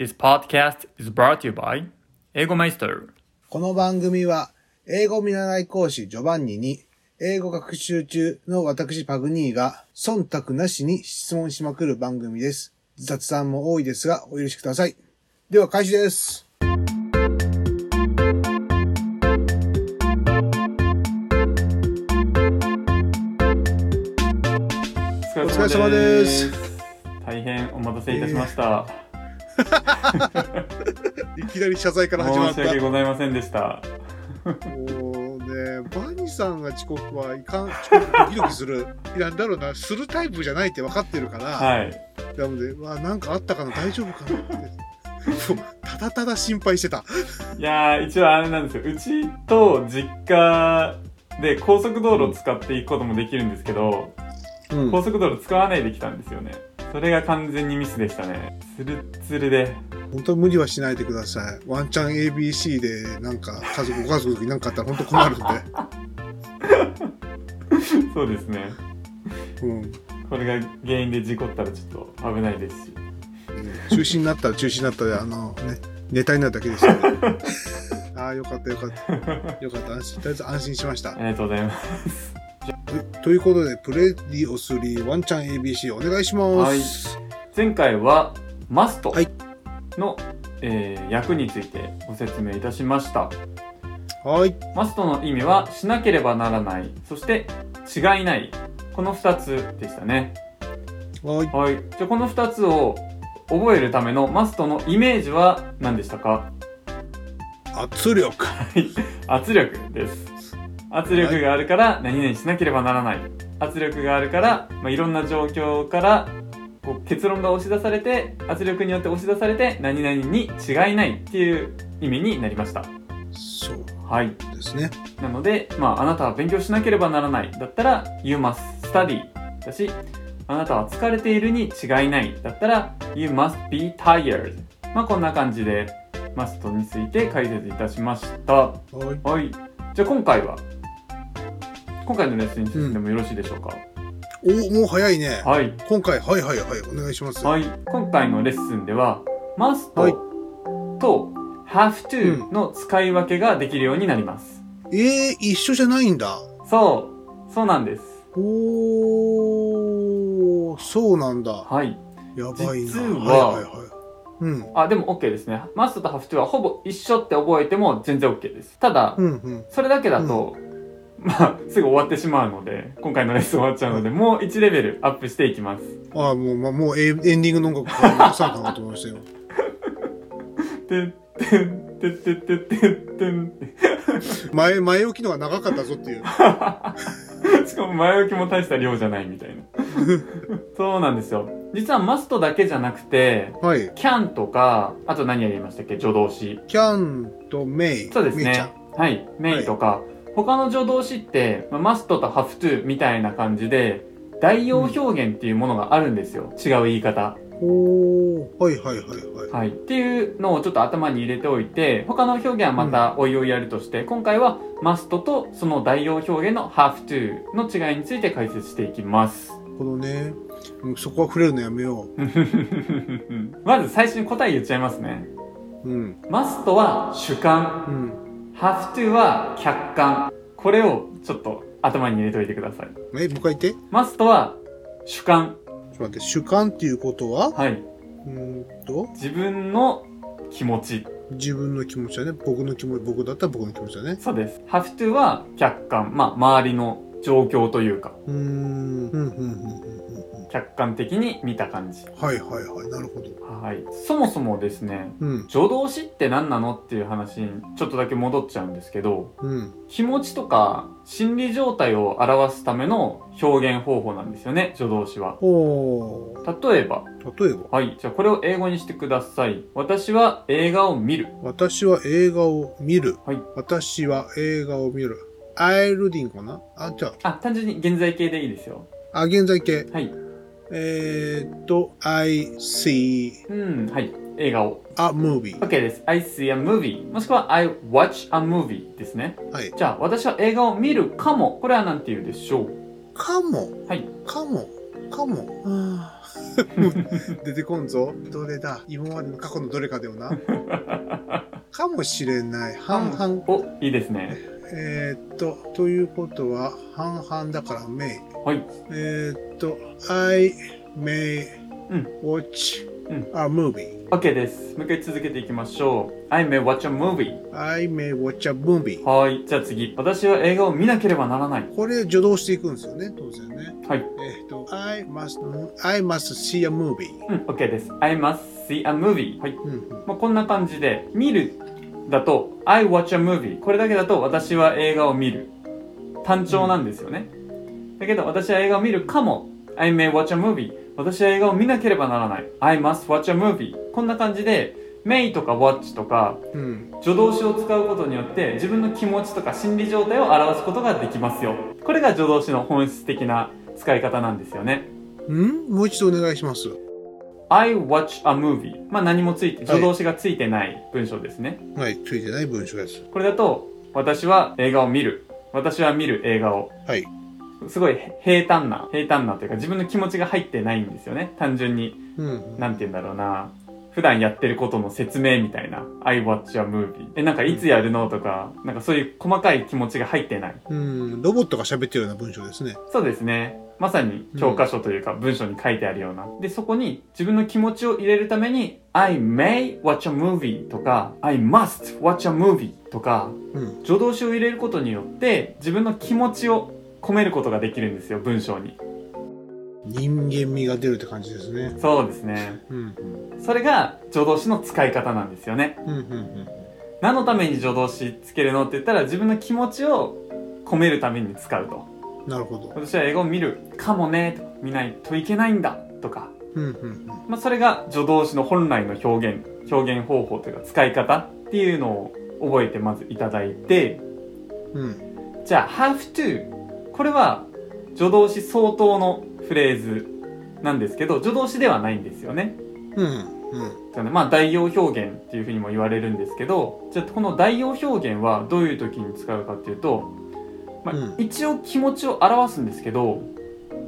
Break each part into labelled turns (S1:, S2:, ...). S1: This podcast is brought to you by 英語マイスター。
S2: この番組は、英語見習い講師ジョバンニに、英語学習中の私パグニーが、忖度なしに質問しまくる番組です。雑談も多いですが、お許しください。では開始です。
S1: お疲
S2: れ様です。
S1: 大変お待たせいたしました。
S2: いきなり謝罪か
S1: 申し訳ございませんでした。
S2: もうね、バニさんが遅刻はいかん、遅刻ドキドキする。 いや、なんだろうな、するタイプじゃないって分かってるから、
S1: はい。
S2: なので、わあ、なんかあったかな、大丈夫かなって。 もうただただ心配してた。
S1: いやー、一応あれなんですよ。うちと実家で高速道路を使っていくこともできるんですけど、
S2: うん
S1: 高速道路使わないで来たんですよね。それが完全にミスでしたね。ツルッツルで。
S2: 本当に無理はしないでください。ワンチャン ABC で、なんか、家族、ご家族になんかあったら本当 困るん
S1: そうですね。
S2: で。うん。
S1: これが原因で事故ったらちょっと危ないですし。
S2: 中止になったら中止になったで、あの、ね、ネタになるだけで すよ、ね。ああ、よかったよかった。よかった。安心、とりあえず安心しました
S1: あ。りがとうございます。
S2: ということで、プレディオ3ワンチャン ABC お願いします。
S1: 前回はマスト
S2: はい
S1: の、えー役についてご説明いたしました
S2: はい。
S1: マストの意味はしなければならないそして違いないこの2つでしたね
S2: はい。
S1: はいじゃあこの2つを覚えるためのマストのイメージは何でしたか
S2: 圧力。
S1: 圧力です圧力があるから何々しなければならない圧力があるから、まあ、いろんな状況からこう結論が押し出されて圧力によって押し出されて何々に違いないっていう意味になりました
S2: そう
S1: はい
S2: ですね。
S1: なので、まあ、あなたは勉強しなければならないだったら You must study だしあなたは疲れているに違いないだったら You must be tired まあこんな感じでマストについて解説いたしました
S2: はい。
S1: はい。じゃあ今回は今回のレッスンに進んでもよろしいでしょうか、
S2: お、もう早いね。
S1: はい。
S2: 今回、はいはいはい、お願いします。
S1: はい。今回のレッスンでは、must
S2: はい
S1: と have
S2: う
S1: to の使い分けができるようになります。
S2: えー、一緒じゃないんだ。
S1: そう。そうなんです。
S2: おー、そうなんだ。
S1: はい。
S2: やばいな。
S1: 実は
S2: はいはいはい。うん。
S1: あ、でも OK ですね。must と have to はほぼ一緒って覚えても全然 OK です。ただ、
S2: うんうん。
S1: それだけだと、 まあ、すぐ終わってしまうので、今回のレッスン終わっちゃうので、もう1レベルアップしていきます。
S2: ああ、もう、まあ、もうエエンディングの音楽から残さなかなと思いましたよ。
S1: てってんてってってってってん。
S2: 前、前置きのが長かったぞっていう。
S1: しかも前置きも大した量じゃないみた いな。そうなんですよ。実はマストだけじゃなくて、
S2: はい。
S1: can とか、あと何やりましたっけ助動詞。
S2: キャンとメイ。
S1: そうです
S2: メイち
S1: ね
S2: ゃ。
S1: はい。may とか、他の助動詞って、まあ must と have to みたいな感じで、代用表現っていうものがあるんですよ。違う言い方。
S2: ん。おー、はいはいはいはい。
S1: はい。っていうのをちょっと頭に入れておいて、他の表現はまたおいおいやるとして、今回は must とその代用表現の have to の違いについて解説していきます。
S2: このね、うんそこは触れるのやめよ
S1: まず最初に答え言っちゃいますね。
S2: う。うん。
S1: must は主観、
S2: うん。
S1: have to は客観。これをちょっと頭に入れておいてください。
S2: え、もう一回言って。ちょ
S1: must は主観。
S2: っと待って、主観っていうことは、
S1: はい。
S2: うーんと、
S1: 自分の気持ち。
S2: 自分の気持ちだね。僕の気持ち、僕だったら僕の気持ちだね。
S1: そうです。have to は客観。まあ、周りの状況というか、
S2: うーん。うん、うん、うん、うんうん。うん
S1: 客観的に見た感じ。
S2: はいはいはい。なるほど。
S1: はい。そもそもですね、
S2: うん、
S1: 助動詞って何なのっていう話にちょっとだけ戻っちゃうんですけど、
S2: うん。
S1: 気持ちとか心理状態を表すための表現方法なんですよね、助動詞は。
S2: おー
S1: 例えば、
S2: 例えば、
S1: はい、じゃあこれを英語にしてください。私は映画を見る。
S2: 私は映画を見る。
S1: はい
S2: 私は映画を見る。アイルディンかなあ、じゃ
S1: あ、単純に現在形でいいですよ。
S2: あ、あ、現在形。
S1: はい。
S2: えー、っと、I see
S1: うん、はい。映画を。
S2: a movie.
S1: OK です。I see a movie。もしくは I watch a movie ですね。
S2: はい。
S1: じゃあ私は映画を見るかも。これは何て言うでしょう
S2: かも、
S1: はい。
S2: かも、かも。はあもう 出てこんぞ。どれだ今までの過去のどれかだ よな。かもしれない。半々。
S1: お、いいですね。
S2: えーっと、ということは、半々だから、メイ。
S1: はい。
S2: えーっと、I may
S1: うん
S2: watch
S1: うん
S2: a movie.I
S1: OK です。もう一回続けていきましょう。I may watch a movie.
S2: may watch a movie.
S1: はい。じゃあ次。私は映画を見なければならない。
S2: これ助動していくんですよね、当然ね。
S1: はい。
S2: えーっと、I must, ん I must see a movie.
S1: うん、OK です。I must see a movie. はい。
S2: うんうん
S1: まあ、こんな感じで、見るだと、I watch a movie。これだけだと、私は映画を見る。単調なんですよね。だけど、私は映画を見るかも。I may watch a movie。私は映画を見なければならない。I must watch a movie。こんな感じで、may とか watch とか、
S2: うん。
S1: 助動詞を使うことによって自分の気持ちとか心理状態を表すことができますよこれが助動詞の本質的な使い方なんですよね
S2: んもう一度お願いします。
S1: I watch a movie まあ何もついて助動詞がついてない文章ですね、
S2: はい、ついてない文章です。
S1: これだと私は映画を見る私は見る映画を
S2: はい。
S1: すごい平坦な平坦なというか自分の気持ちが入ってないんですよね単純に
S2: うん。
S1: なんて言うんだろうな普段やってることの説明みたいな I watch a movie えなんかいつやるのとかなんかそういう細かい気持ちが入ってない
S2: うん、ロボットが喋ってるような文章ですね。
S1: そうですね。まさに教科書というか文章に書いてあるような。で、そこに自分の気持ちを入れるために、I may watch a movie とか、I must watch a movie とか、
S2: うん。
S1: 助動詞を入れることによって自分の気持ちを込めることができるんですよ、文章に。
S2: 人間味が出るって感じですね。
S1: そうですね。
S2: うん。
S1: それが助動詞の使い方なんですよね。
S2: うん。うん。
S1: 何のために助動詞つけるのって言ったら自分の気持ちを込めるために使うと。
S2: うん。なるほど。
S1: 私は英語を見るかもね、とか見ないといけないんだ、とか、
S2: うん。うん。
S1: まあ、それが助動詞の本来の表現表現方法というか使い方っていうのを覚えてまずいただいて
S2: うん。
S1: じゃあ have to これは助動詞相当のフレーズなんですけど助動詞ではないんですよね。
S2: うん。うん。
S1: じゃあねまあ代用表現っていうふうにも言われるんですけどじゃあこの代用表現はどういう時に使うかっていうと、まあ
S2: うん
S1: 一応気持ちを表すんですけど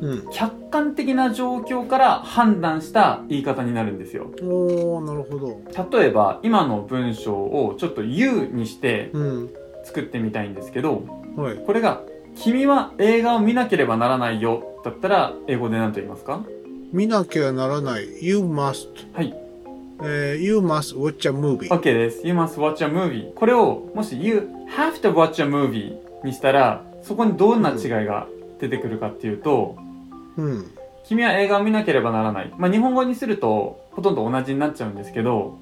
S2: うん。
S1: 客観的な状況から判断した言い方になるんですよ。
S2: おー、なるほど。
S1: 例えば今の文章をちょっと「you」にして
S2: うん。
S1: 作ってみたいんですけど
S2: はい。
S1: これが「君は映画を見なければならないよ」だったら英語で何と言いますか
S2: 見なきゃならない。You must.
S1: はい。
S2: えー、You must watch a movie.
S1: ?OK です「You must watch a movie」これをもし「You have to watch a movie」にしたらそこにどんな違いが出てくるかっていうと
S2: うん。
S1: 「君は映画を見なければならない」まあ日本語にするとほとんど同じになっちゃうんですけど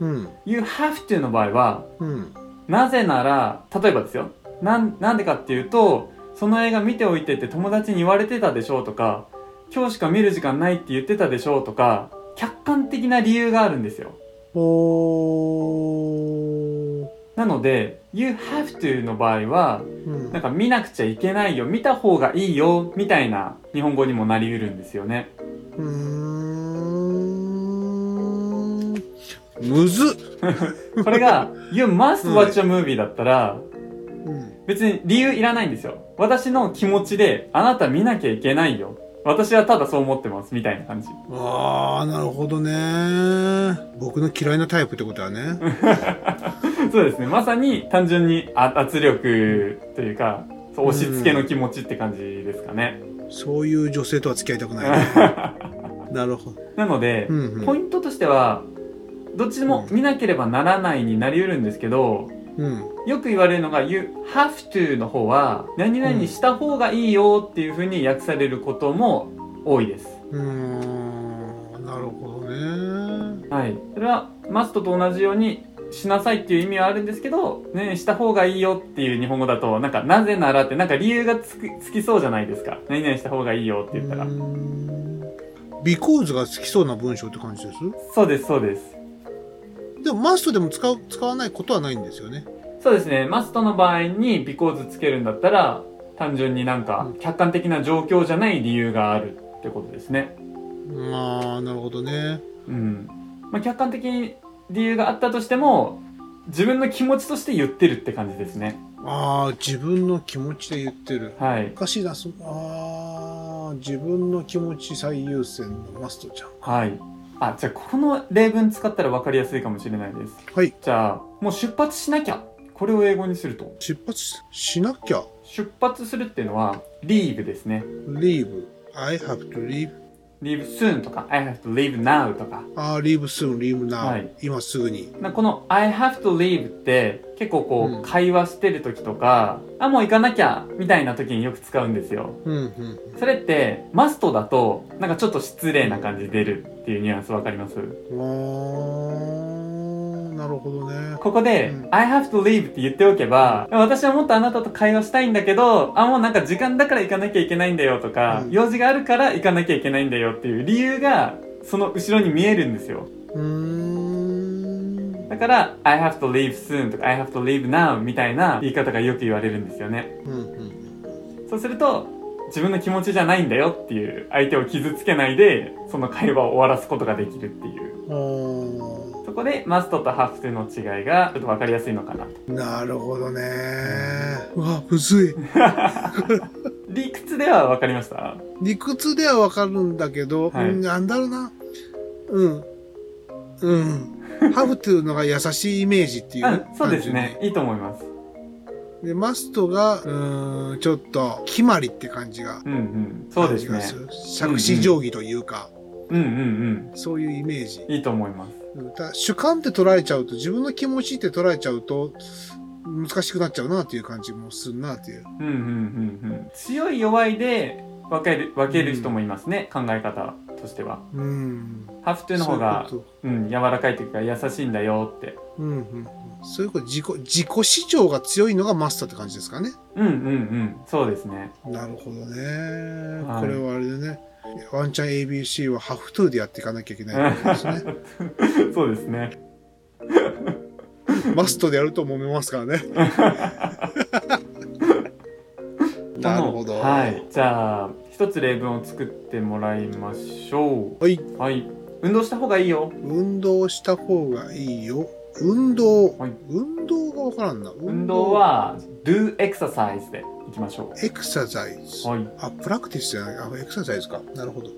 S2: うん。
S1: 「You have to」の場合は「
S2: うん。
S1: なぜなら、例えばですよ。なん、なんでかっていうと、その映画見ておいてって友達に言われてたでしょうとか、今日しか見る時間ないって言ってたでしょうとか、客観的な理由があるんですよ。
S2: おー。
S1: なので、you have to の場合は、
S2: うん
S1: なん。か見なくちゃいけないよ、見た方がいいよ、みたいな日本語にもなり得るんですよね。
S2: うーん。むずっ。
S1: これが、you must watch a movie だったら、
S2: うん。
S1: 別に理由いらないんですよ。私の気持ちで、あなた見なきゃいけないよ。私はただそう思ってます、みたいな感じ。
S2: あー、なるほどね。僕の嫌いなタイプってことはね。
S1: そうですね。まさに単純にあ圧力というか、そう押し付けの気持ちって感じですかね。
S2: そういう女性とは付き合いたく ない。なるほど。
S1: なので
S2: う、ん、う
S1: ポイ
S2: ん。
S1: ントとしては、どっちも見なければならないになり得るんですけど、
S2: うん。
S1: よく言われるのが、you have to の方は、何々した方がいいよっていう風に訳されることも多いです。
S2: うーん。なるほどね。
S1: はい。それは、must と同じように、しなさいっていう意味はあるんですけど、ね、した方がいいよっていう日本語だと、なんか、なぜならって、なんか理由がつくつきそうじゃないですか。何々した方がいいよって言ったら
S2: う。ーんビコーズが好きそうな文章って感じです。
S1: そうです、そうです。
S2: でもマストでも使う使わないことはないんですよね。
S1: そうですね。must の場合に、because つけるんだったら、単純になんか
S2: う、
S1: 客観的な状況じゃない理由があるってことですね。
S2: ああ、なるほどね。
S1: うん。まあ、客観的に理由があったとしても、自分の気持ちとして言ってるって感じですね。
S2: ああ、自分の気持ちで言ってる。
S1: はい
S2: お。かしいな。そああ、自分の気持ち最優先のマストちゃん。
S1: はい。あ、じゃあこの例文使ったら分かりやすいかもしれないです。
S2: はい。
S1: じゃあ、もう出発しなきゃ。これを英語にすると。
S2: 出発ししなきゃ。
S1: 出発するっていうのは、leave ですね。
S2: leave. I have to leave.
S1: leave soon とか、I have to leave now とか。
S2: あー leave soon, leave now.、
S1: はい
S2: 今すぐに。
S1: なこの I have to leave って結構こ
S2: うん
S1: う会話してる時とか、あ、もう行かなきゃみたいな時によく使うんですよ。
S2: うんうん。
S1: それって、マストだと、なんかちょっと失礼な感じ出るっていうニュアンスわかります
S2: あーなるほどね。
S1: ここで、
S2: うん
S1: I have to leave って言っておけば、私はもっとあなたと会話したいんだけど、あ、もうなんか時間だから行かなきゃいけないんだよとか、
S2: うん
S1: 用事があるから行かなきゃいけないんだよっていう理由が、その後ろに見えるんですよ。
S2: うーん。
S1: だから、I have to leave soon とか、I have to leave now みたいな言い方がよく言われるんですよね。
S2: うんうん。
S1: そうすると、自分の気持ちじゃないんだよっていう、相手を傷つけないで、その会話を終わらすことができるっていう。
S2: あー
S1: そこで、マストとハフトの違いが、ちょっとわかりやすいのかなと。
S2: なるほどね。うわ、むずい。
S1: 理屈ではわかりました
S2: 理屈ではわかるんだけど、
S1: はい
S2: うんなんだろうな。うん。うん。ハブというのが優しいイメージっていう
S1: う
S2: 感
S1: ん、
S2: じ。
S1: そうですね。。いいと思います。
S2: で、マストが、うーん、ちょっと、決まりって感じが。
S1: うんうん。そうですね
S2: 感じ。がする杓子定規というか、
S1: うんうん
S2: そういうイメージ。
S1: うん。いいと思います。
S2: うんただ主観って捉えちゃうと、自分の気持ちって捉えちゃうと、難しくなっちゃうなっていう感じもするなっていう。
S1: うんうんうんうん。強い弱いで分ける、分ける人もいますね。考え方としては。
S2: うん。
S1: ハフトゥの方が、
S2: そういうこと
S1: うん、柔らかいというか優しいんだよって。
S2: うんうんうん、そういうこと自己自己主張が強いのがマスターって感じですかね。
S1: うんうんうん。そうですね。
S2: なるほどね、
S1: はい
S2: これはあれでねワンチャン ABC はハーフトゥーでやっていかなきゃいけないってことです ね
S1: そうですね。
S2: マストでやると揉めますから ねなるほど
S1: はい。じゃあ、一つ例文を作ってもらいましょ。
S2: はいう
S1: はい。運動した方がいいよ。
S2: 運動した方がいいよ運動、
S1: はい
S2: 運動が分からんな運
S1: 運動は do exercise でいきましょ
S2: エクササイズ
S1: う。はい。
S2: あプラクティスじゃないあエクササイズかなるほど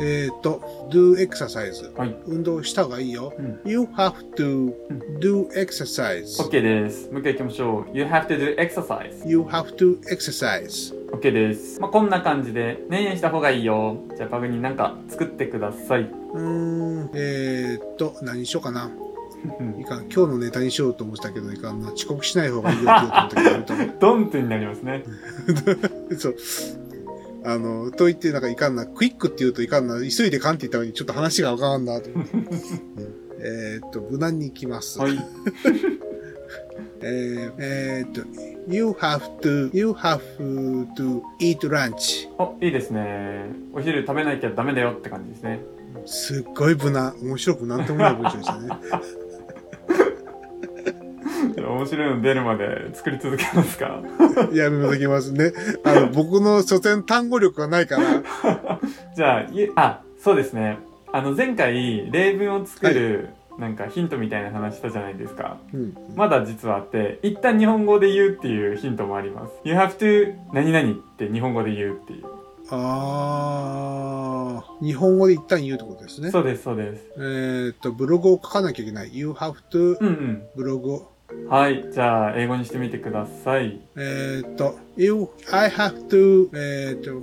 S2: えっ、ー、と do exercise
S1: はい。
S2: 運動した方がいいよ、
S1: うん
S2: You have to
S1: う
S2: do exercise、
S1: OK です。もう一回行きましょう。You have to do exercise。
S2: You have to exercise
S1: OK です。まあ、こんな感じで、ねんねんした方がいいよ。じゃあ、パグになんか作ってください。
S2: うーんえー、っと何にしようかないかん今日のネタにしようと思ってたけどいかんな遅刻しない方がいいよって言おうと思ったけどやめ
S1: ドンってになりますね。
S2: た そうあのと言ってなんかいかんなクイックって言うといかんな急いでかんって言ったのにちょっと話がわからんなと思って えーっと無難にいきます、
S1: はい。
S2: えーえーっと You have to You have to eat lunch
S1: お、いいですね。お昼食べなきゃダメだよって感じですね。
S2: すっごい無難面白くなんともない文章でしたね
S1: 面白いの出るまで作り続けますか
S2: やめときますね。あの、僕の所詮単語力がないから、
S1: じゃあ、ゆあ、そうですね。あの、前回、例文を作る、なんかヒントみたいな話したじゃないですか。
S2: うん。
S1: まだ実はあって、一旦日本語で言うっていうヒントもあります。You have to 何々って日本語で言うっていう。
S2: あー、日本語で一旦言うってことですね。
S1: そうです、そうです。
S2: えーっと、ブログを書かなきゃいけない。You have to
S1: うん
S2: ブログを。
S1: うん。はい。じゃあ、英語にしてみてください。
S2: えーっと、You, I have to, えーっと、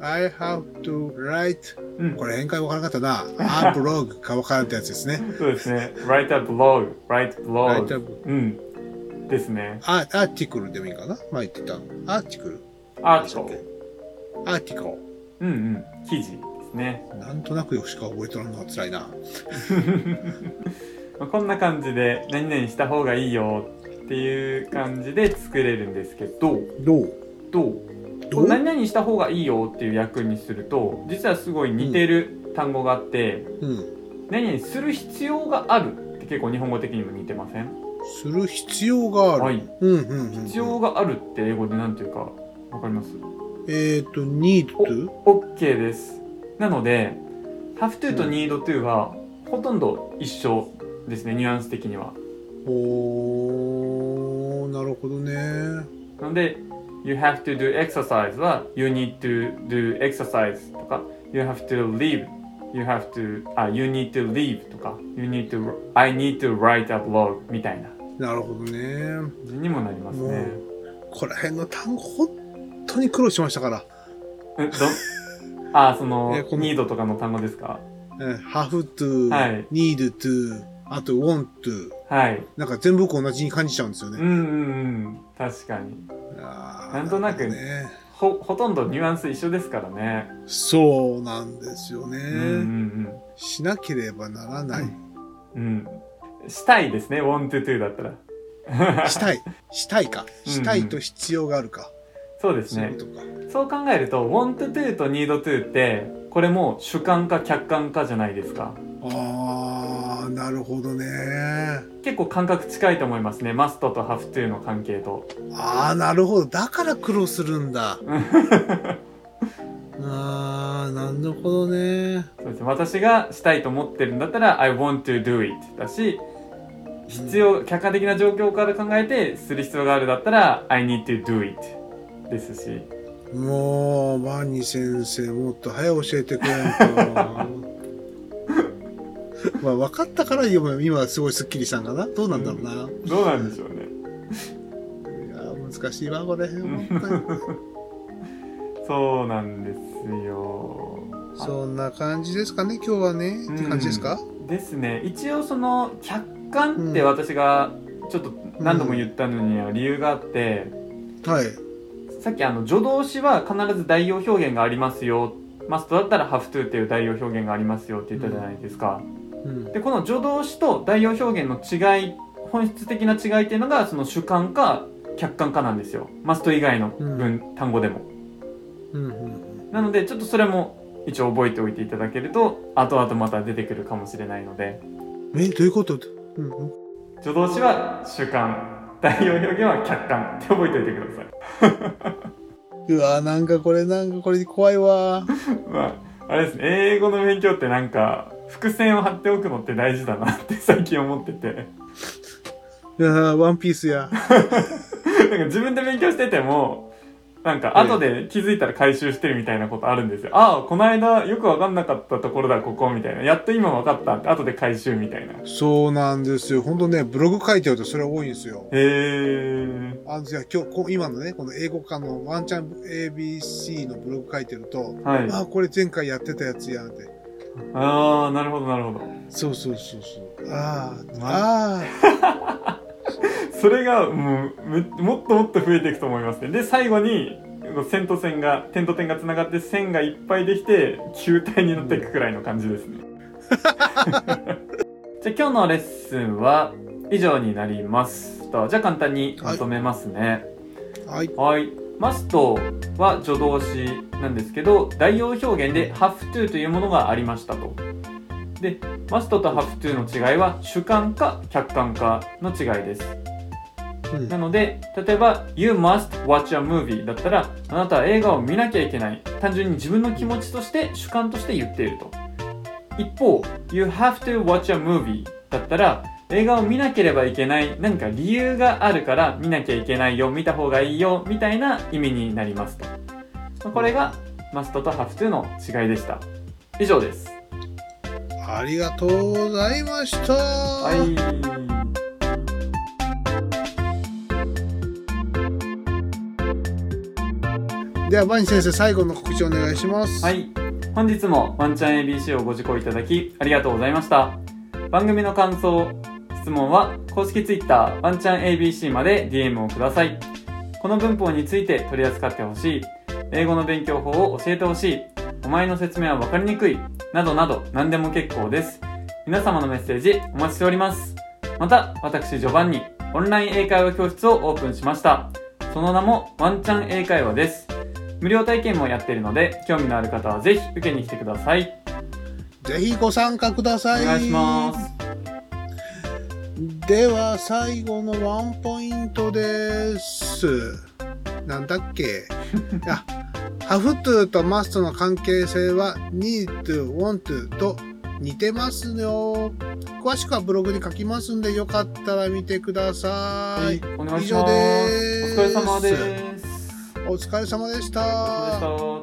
S2: I have to write,
S1: うん
S2: こ。れ変換わからなかったな。 あ、ブログかわからんってやつですね。
S1: そうですね。write a blog, write
S2: write
S1: blog.
S2: a,
S1: うん。ですね。
S2: あアーティクルでもいいかな前言ってたの。アーティクル。
S1: article。
S2: アーティコ
S1: うんうん。記事ですね。
S2: ル。なんとなくよくしか覚えとらんのは辛いな。
S1: まあこんな感じで、何々した方がいいよっていう感じで作れるんですけど、
S2: どう
S1: どう
S2: どう
S1: 何々した方がいいよっていう役にすると、実はすごい似てる単語があって、
S2: うん。
S1: 何々する必要があるって結構日本語的にも似てません
S2: する必要がある。
S1: はい
S2: うんうんうんうん。
S1: 必要があるって英語で何ていうかわかります
S2: えっ、と、need to?
S1: ?OK です。なので have to と need to はほとんど一緒ですねニュアンス的には。
S2: おー、なるほどね。
S1: なので you have to do exercise は you need to do exercise とか you have to leave you have to あ you need to leave とか you need to I need to write a blog みたいな
S2: なるほどね。
S1: 感じにもなりますね
S2: こら辺の単語、本当に苦労しましたから。
S1: えど あその
S2: えこの
S1: ニードとかの単語ですか
S2: えー have to,、
S1: はい
S2: need to, あと want to.
S1: はい
S2: なんか全部僕同じに感じちゃうんですよ
S1: うん
S2: ね。
S1: うんうん確かに
S2: あー
S1: なんとなく
S2: るほどね。
S1: ほほとんどニュアンス一緒ですからね、
S2: そうなんですよね、
S1: うん
S2: しなければならない。
S1: うんうんうんしたいですね want to do だったら
S2: したい。したいか。
S1: うん
S2: したいと必要があるか。
S1: そうです
S2: そうい
S1: ね
S2: うことか。
S1: そう考えると want to と need to ってこれも主観か客観かじゃないですか
S2: ああ、なるほどね。
S1: 結構感覚近いと思いますね must と have to の関係と
S2: ああ、なるほど。だから苦労するんだ。 ああ、なるほどね。
S1: そうです私がしたいと思ってるんだったら I want to do it だし必要客観的な状況から考えてする必要があるだったら I need to do it ですし
S2: もう、バニー先生、もっと早く教えてくれん と。まあ、分かったから今、今すごいスッキリしたんかな。どうなんだろうな。
S1: どうなんでしょうね
S2: いやー、難しいわ、これ。本
S1: そうなんですよ
S2: 当にそんな感じですかね、今日はね。って感じですか、
S1: ですね一応その客観って私がちょっと何度も言ったのには理由があって、
S2: はい。
S1: さっきあの助動詞は必ず代用表現がありますよマストだったら have to っていう代用表現がありますよって言ったじゃないですか、
S2: うん。
S1: でこの助動詞と代用表現の違い本質的な違いっていうのがその主観か客観かなんですよマスト以外の文、単語でも
S2: うんうん
S1: なのでちょっとそれも一応覚えておいていただけると後々また出てくるかもしれないので
S2: うん。え、どういうことうんうん。
S1: 助動詞は主観代用表現は客観って覚えておいてください
S2: うわーなんかこれ、なんかこれ怖いわー。
S1: まああれですね英語の勉強ってなんか伏線を張っておくのって大事だなって 最近思ってて
S2: いやーワンピースや。
S1: なんか自分で勉強しててもなんか後で気づいたら回収してるみたいなことあるんですよ、ああこの間よく分かんなかったところだここみたいなやっと今分かったって後で回収みたいなへ
S2: そうなんですよ。ほんとね、ブログ書いてるとそれ多いんですよ。
S1: え
S2: あの、いや今日、こ今のね、この英語科のワンチャン ABC のブログ書いてると、
S1: はい
S2: あ、これ前回やってたやつやんって。
S1: ああなるほどなるほど
S2: そうそうそうそう。あー、あー、
S1: それがもうめもっともっと増えていくと思いますねで最後に線と線が点と点がつながって線がいっぱいできて球体になっていくくらいの感じです ねじゃあ今日のレッスンは以上になりますとじゃあ簡単にまとめますね
S2: はい。
S1: はい「must」は助動詞なんですけど代用表現で「have to」というものがありましたとで「must」と「have to」の違いは主観か客観かの違いです
S2: うん
S1: なので、例えば、You must watch a movie だったら、あなたは映画を見なきゃいけない。単純に自分の気持ちとして、主観として言っていると。一方、You have to watch a movie だったら、映画を見なければいけない。何か理由があるから、見なきゃいけないよ、見た方がいいよ、みたいな意味になりますと。まあこれが、must と have to の違いでした。以上です。
S2: ありがとうございました。
S1: はい。
S2: では、バニー先生、最後の告知お願いします。
S1: はい。本日もワンチャン ABC をご受講いただきありがとうございました。番組の感想、質問は公式 Twitter ワンチャン ABC まで DM をください。この文法について取り扱ってほしい。英語の勉強法を教えてほしい。お前の説明はわかりにくい。などなど何でも結構です。皆様のメッセージお待ちしております。また、私、ジョバンニ、オンライン英会話教室をオープンしました。その名もワンチャン英会話です。無料体験もやっているので興味のある方はぜひ受けに来てください
S2: ぜひご参加くだ
S1: お
S2: さい。
S1: 願いします
S2: では最後のワンポイントです。なんだ っけあ、ハフトゥとマストの関係性は need to, want to と似てますよ。詳しくはブログに書きますんでよかったら見てください。
S1: お願いします
S2: 以
S1: お
S2: 上です
S1: 疲れ様ですお疲れ様でし。
S2: お疲れ様でしたた